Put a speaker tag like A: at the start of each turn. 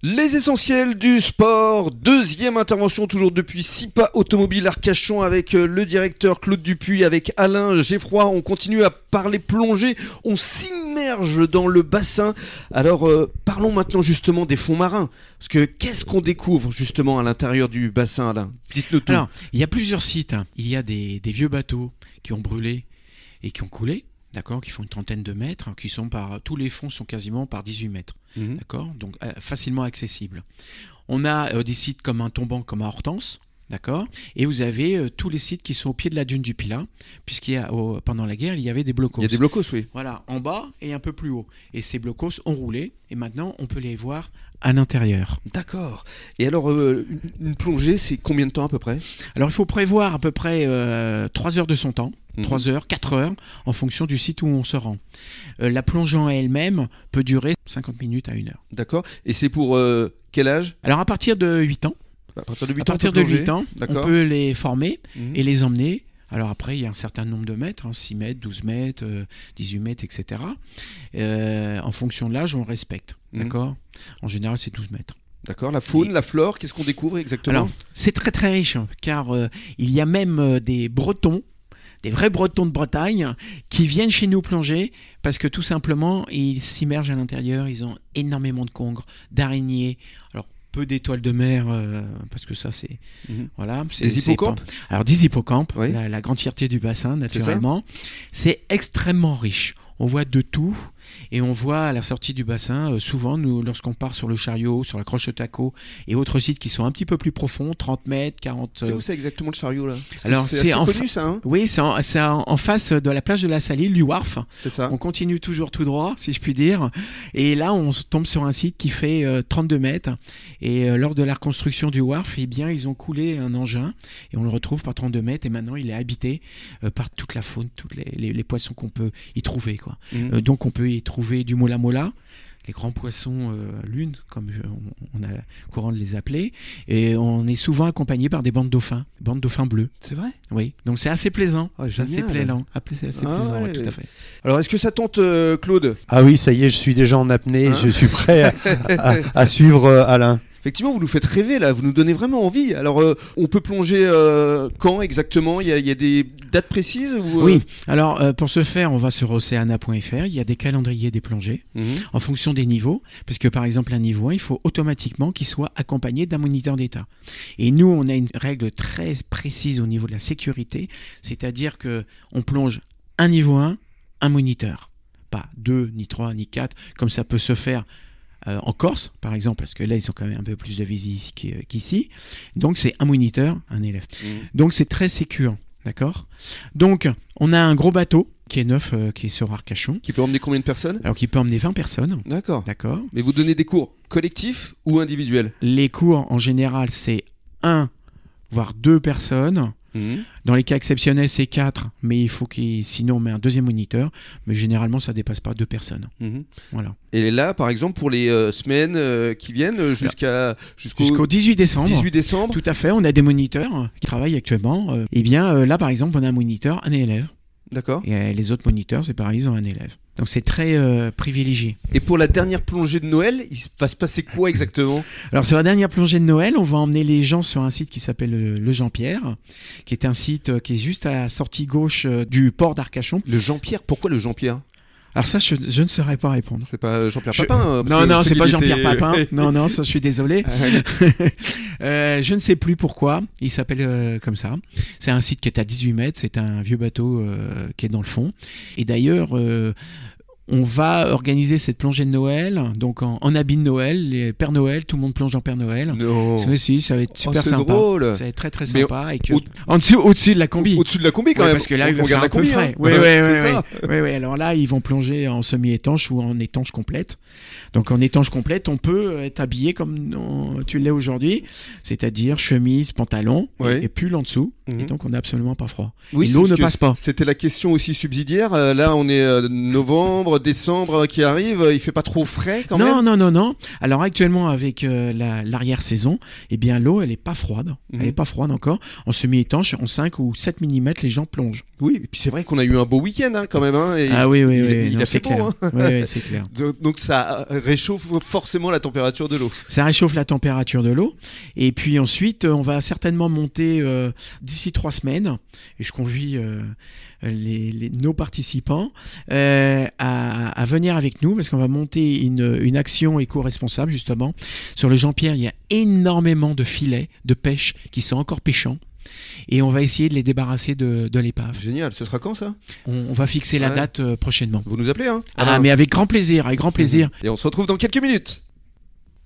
A: Les essentiels du sport, deuxième intervention toujours depuis SIPA Automobile Arcachon avec euh, le directeur Claude Dupuis, avec Alain Geffroy. On continue à parler plongée, on s'immerge dans le bassin. Alors euh, parlons maintenant justement des fonds marins, parce que qu'est-ce qu'on découvre justement à l'intérieur du bassin Alain Dites-le tout.
B: Alors, il y a plusieurs sites. hein. Il y a des, des vieux bateaux qui ont brûlé et qui ont coulé, d'accord, qui font une trentaine de mètres, hein, qui sont par tous les fonds sont quasiment par 18 mètres,
A: Mhm.
B: d'accord, donc euh, facilement accessibles. On a euh, des sites comme un tombant, comme à Hortense. D'accord Et vous avez euh, tous les sites qui sont au pied de la dune du Pilat, puisqu'il y a, au- pendant la guerre, il y avait des blocos.
A: Il y a des blocos, oui.
B: Voilà, en bas et un peu plus haut. Et ces blocos ont roulé, et maintenant, on peut les voir à l'intérieur.
A: D'accord. Et alors, euh, une, une plongée, c'est combien de temps à peu près
B: Alors il faut prévoir à peu près 3 heures de son temps,
A: Mhm.
B: 3 heures, 4 heures, en fonction du site où on se rend. Euh, la plongeon en elle-même peut durer 50 minutes à 1 heure.
A: D'accord. Et c'est pour euh, quel âge
B: Alors à partir de 8 ans,
A: À partir de 8
B: à
A: ans.
B: partir
A: on peut
B: de
A: plonger.
B: 8 ans, on
A: D'accord.
B: peut les former
A: Mhm.
B: et les emmener. Alors après, il y a un certain nombre de mètres, hein, 6 mètres, 12 mètres, euh, 18 mètres, etc. Euh, en fonction de l'âge, on respecte.
A: Mhm.
B: D'accord En général, c'est 12 mètres.
A: D'accord, la faune, la flore, qu'est-ce qu'on découvre exactement
B: Alors, c'est très très riche, hein, car euh, il y a même euh, des Bretons, des vrais Bretons de Bretagne, qui viennent chez nous plonger, parce que tout simplement, ils s'immergent à l'intérieur, ils ont énormément de congres, d'araignées, alors peu d'étoiles de mer, euh, parce que ça c'est...
A: Mhm.
B: Voilà. c'est-
A: Des
B: c'est
A: hippocampes
B: pas- Alors des hippocampes,
A: Oui.
B: la, la grande fierté du bassin,
A: ça
B: naturellement. C'est extrêmement riche, on voit de tout. Et on voit à la sortie du bassin, euh, souvent, nous, lorsqu'on part sur le chariot, sur la croche au taco et autres sites qui sont un petit peu plus profonds, 30 mètres, 40.
A: C'est
B: euh,
A: où c'est exactement le chariot là Parce que
B: Alors,
A: c'est
B: c'est
A: assez
B: en
A: connu ça, hein
B: Oui, c'est en, c'est en- en face de la plage de la Salie, Luarf.
A: C'est ça.
B: On continue toujours tout droit, si je puis dire. Et là, on s- tombe sur un site qui fait euh, 32 mètres. Et euh, lors de la reconstruction du wharf, eh bien, ils ont coulé un engin et on le retrouve par 32 mètres. Et maintenant, il est habité euh, par toute la faune, tous les, les- les poissons qu'on peut y trouver. Quoi.
A: Mhm.
B: Euh, donc on peut y trouver du mola mola, les grands poissons euh, lune, comme je- on, on a courant de les appeler, et on est souvent accompagné par des bandes dauphins, bandes dauphins bleus.
A: C'est vrai
B: Oui, donc c'est assez plaisant.
A: Ah,
B: C'est assez
A: génial.
B: plaisant. Ah, c'est assez
A: Ah
B: plaisant,
A: ouais.
B: ouais, tout à fait.
A: Alors est-ce que ça tente euh, Claude
C: Ah oui, ça y est, je suis déjà en apnée,
A: Hein
C: je suis prêt à, à- à suivre euh, Alain.
A: Effectivement, vous nous faites rêver là, vous nous donnez vraiment envie. Alors euh, on peut plonger euh, quand exactement Il y, a- il y a des dates précises ou, euh,
B: Oui, alors euh, pour ce faire, on va sur oceana.fr, il y a des calendriers des plongées
A: Mhm.
B: en fonction des niveaux, parce que par exemple un niveau 1, il faut automatiquement qu'il soit accompagné d'un moniteur d'état. Et nous, on a une règle très précise au niveau de la sécurité, c'est-à-dire que on plonge un niveau 1, un moniteur, pas 2 ni 3 ni 4 comme ça peut se faire euh, en Corse par exemple parce que là ils ont quand même un peu plus de visites qu'i- qu'ici. Donc c'est un moniteur, un élève.
A: Mhm.
B: Donc c'est très sécure, d'accord Donc on a un gros bateau qui est neuf euh, qui est sur Arcachon.
A: Qui peut emmener combien de personnes
B: Alors qui peut emmener 20 personnes.
A: D'accord.
B: D'accord.
A: Mais vous donnez des cours collectifs ou individuels
B: Les cours, en général, c'est un, voire deux personnes.
A: Mhm.
B: Dans les cas exceptionnels, c'est quatre, mais il faut qu'il, sinon, on met un deuxième moniteur. Mais généralement, ça dépasse pas deux personnes.
A: Mhm.
B: Voilà.
A: Et là, par exemple, pour les euh, semaines euh, qui viennent euh, jusqu'à jusqu'au
B: Jusqu'au 18 décembre.
A: 18 décembre,
B: Tout à fait, on a des moniteurs qui travaillent actuellement. Euh, Eh bien, euh, là, par exemple, on a un moniteur, un élève.
A: d'accord.
B: Et euh, les autres moniteurs, c'est pareil, ils ont un élève. Donc, c'est très euh, privilégié.
A: Et pour la dernière plongée de Noël, il va se passer quoi exactement
B: Alors sur la dernière plongée de Noël, on va emmener les gens sur un site qui s'appelle euh, le Jean-Pierre, qui est un site euh, qui est juste à la sortie gauche euh, du port d'Arcachon.
A: Le Jean-Pierre, pourquoi le Jean-Pierre
B: Alors ça, je, je ne saurais pas répondre.
A: C'est pas euh, Jean-Pierre
B: Je-
A: Papin euh, parce
B: Non,
A: que
B: non,
A: celui
B: c'est pas
A: qui
B: Jean-Pierre
A: était- Ah
B: Papin. Non, non, ça, je suis désolé. Euh, je ne sais plus pourquoi. Il s'appelle euh, comme ça. C'est un site qui est à 18 mètres. C'est un vieux bateau euh, qui est dans le fond. Et d'ailleurs, euh, on va organiser cette plongée de Noël. Donc en, en habit de Noël, les Père Noël, tout le monde plonge en Père Noël.
A: Non.
B: Ça aussi, ça va être
A: Oh,
B: super
A: c'est
B: sympa.
A: drôle.
B: Ça va être très très
A: Mais
B: sympa. Et que...
A: au-
B: En dessous, au-dessus de la combi.
A: Au-dessus de la combi quand
B: Ouais,
A: même.
B: parce que là, il
A: on
B: va
A: regarde
B: faire
A: la
B: un peu
A: combi. hein.
B: frais. Ouais, ouais,
A: C'est
B: ouais,
A: ça.
B: Oui, oui, alors là, ils vont plonger en semi-étanche ou en étanche complète. Donc en étanche complète, on peut euh, être habillé comme on- tu l'es aujourd'hui, c'est-à-dire chemise, pantalon
A: Ouais.
B: et, et pull en dessous.
A: Mhm.
B: Et donc on n'a absolument pas froid.
A: Oui,
B: Et l'eau
A: c'est ce
B: ne
A: que
B: passe pas.
A: C'était la question aussi subsidiaire. Euh, là, on est euh, novembre, novembre, décembre qui arrive, il fait pas trop frais quand
B: non,
A: même
B: non, non, non. Alors actuellement, avec euh, la- l'arrière-saison, eh bien l'eau, elle est pas froide. Elle
A: Mhm.
B: est pas froide encore. En semi-étanche, en 5 ou 7 mm, les gens plongent.
A: Oui, et puis c'est vrai qu'on a eu un beau week-end hein, quand même. hein, et
B: ah oui, oui,
A: il-
B: oui.
A: il
B: non,
A: a
B: c'est
A: fait beau,
B: clair.
A: hein.
B: Oui, oui, c'est clair.
A: de- donc ça euh, réchauffe forcément la température de l'eau.
B: Ça réchauffe la température de l'eau. Et puis ensuite, euh, on va certainement monter euh, d'ici trois semaines. Et je convie euh, les, les- nos participants euh, à, à venir avec nous parce qu'on va monter une, une action éco-responsable justement. Sur le Jean-Pierre, il y a énormément de filets de pêche qui sont encore pêchants. Et on va essayer de les débarrasser de, de l'épave.
A: Génial, ce sera quand ça
B: On, on va fixer la
A: Ouais.
B: date euh, prochainement.
A: Vous nous appelez hein
B: Ah,
A: Alain
B: mais avec grand plaisir, avec grand plaisir.
A: Et on se retrouve dans quelques minutes.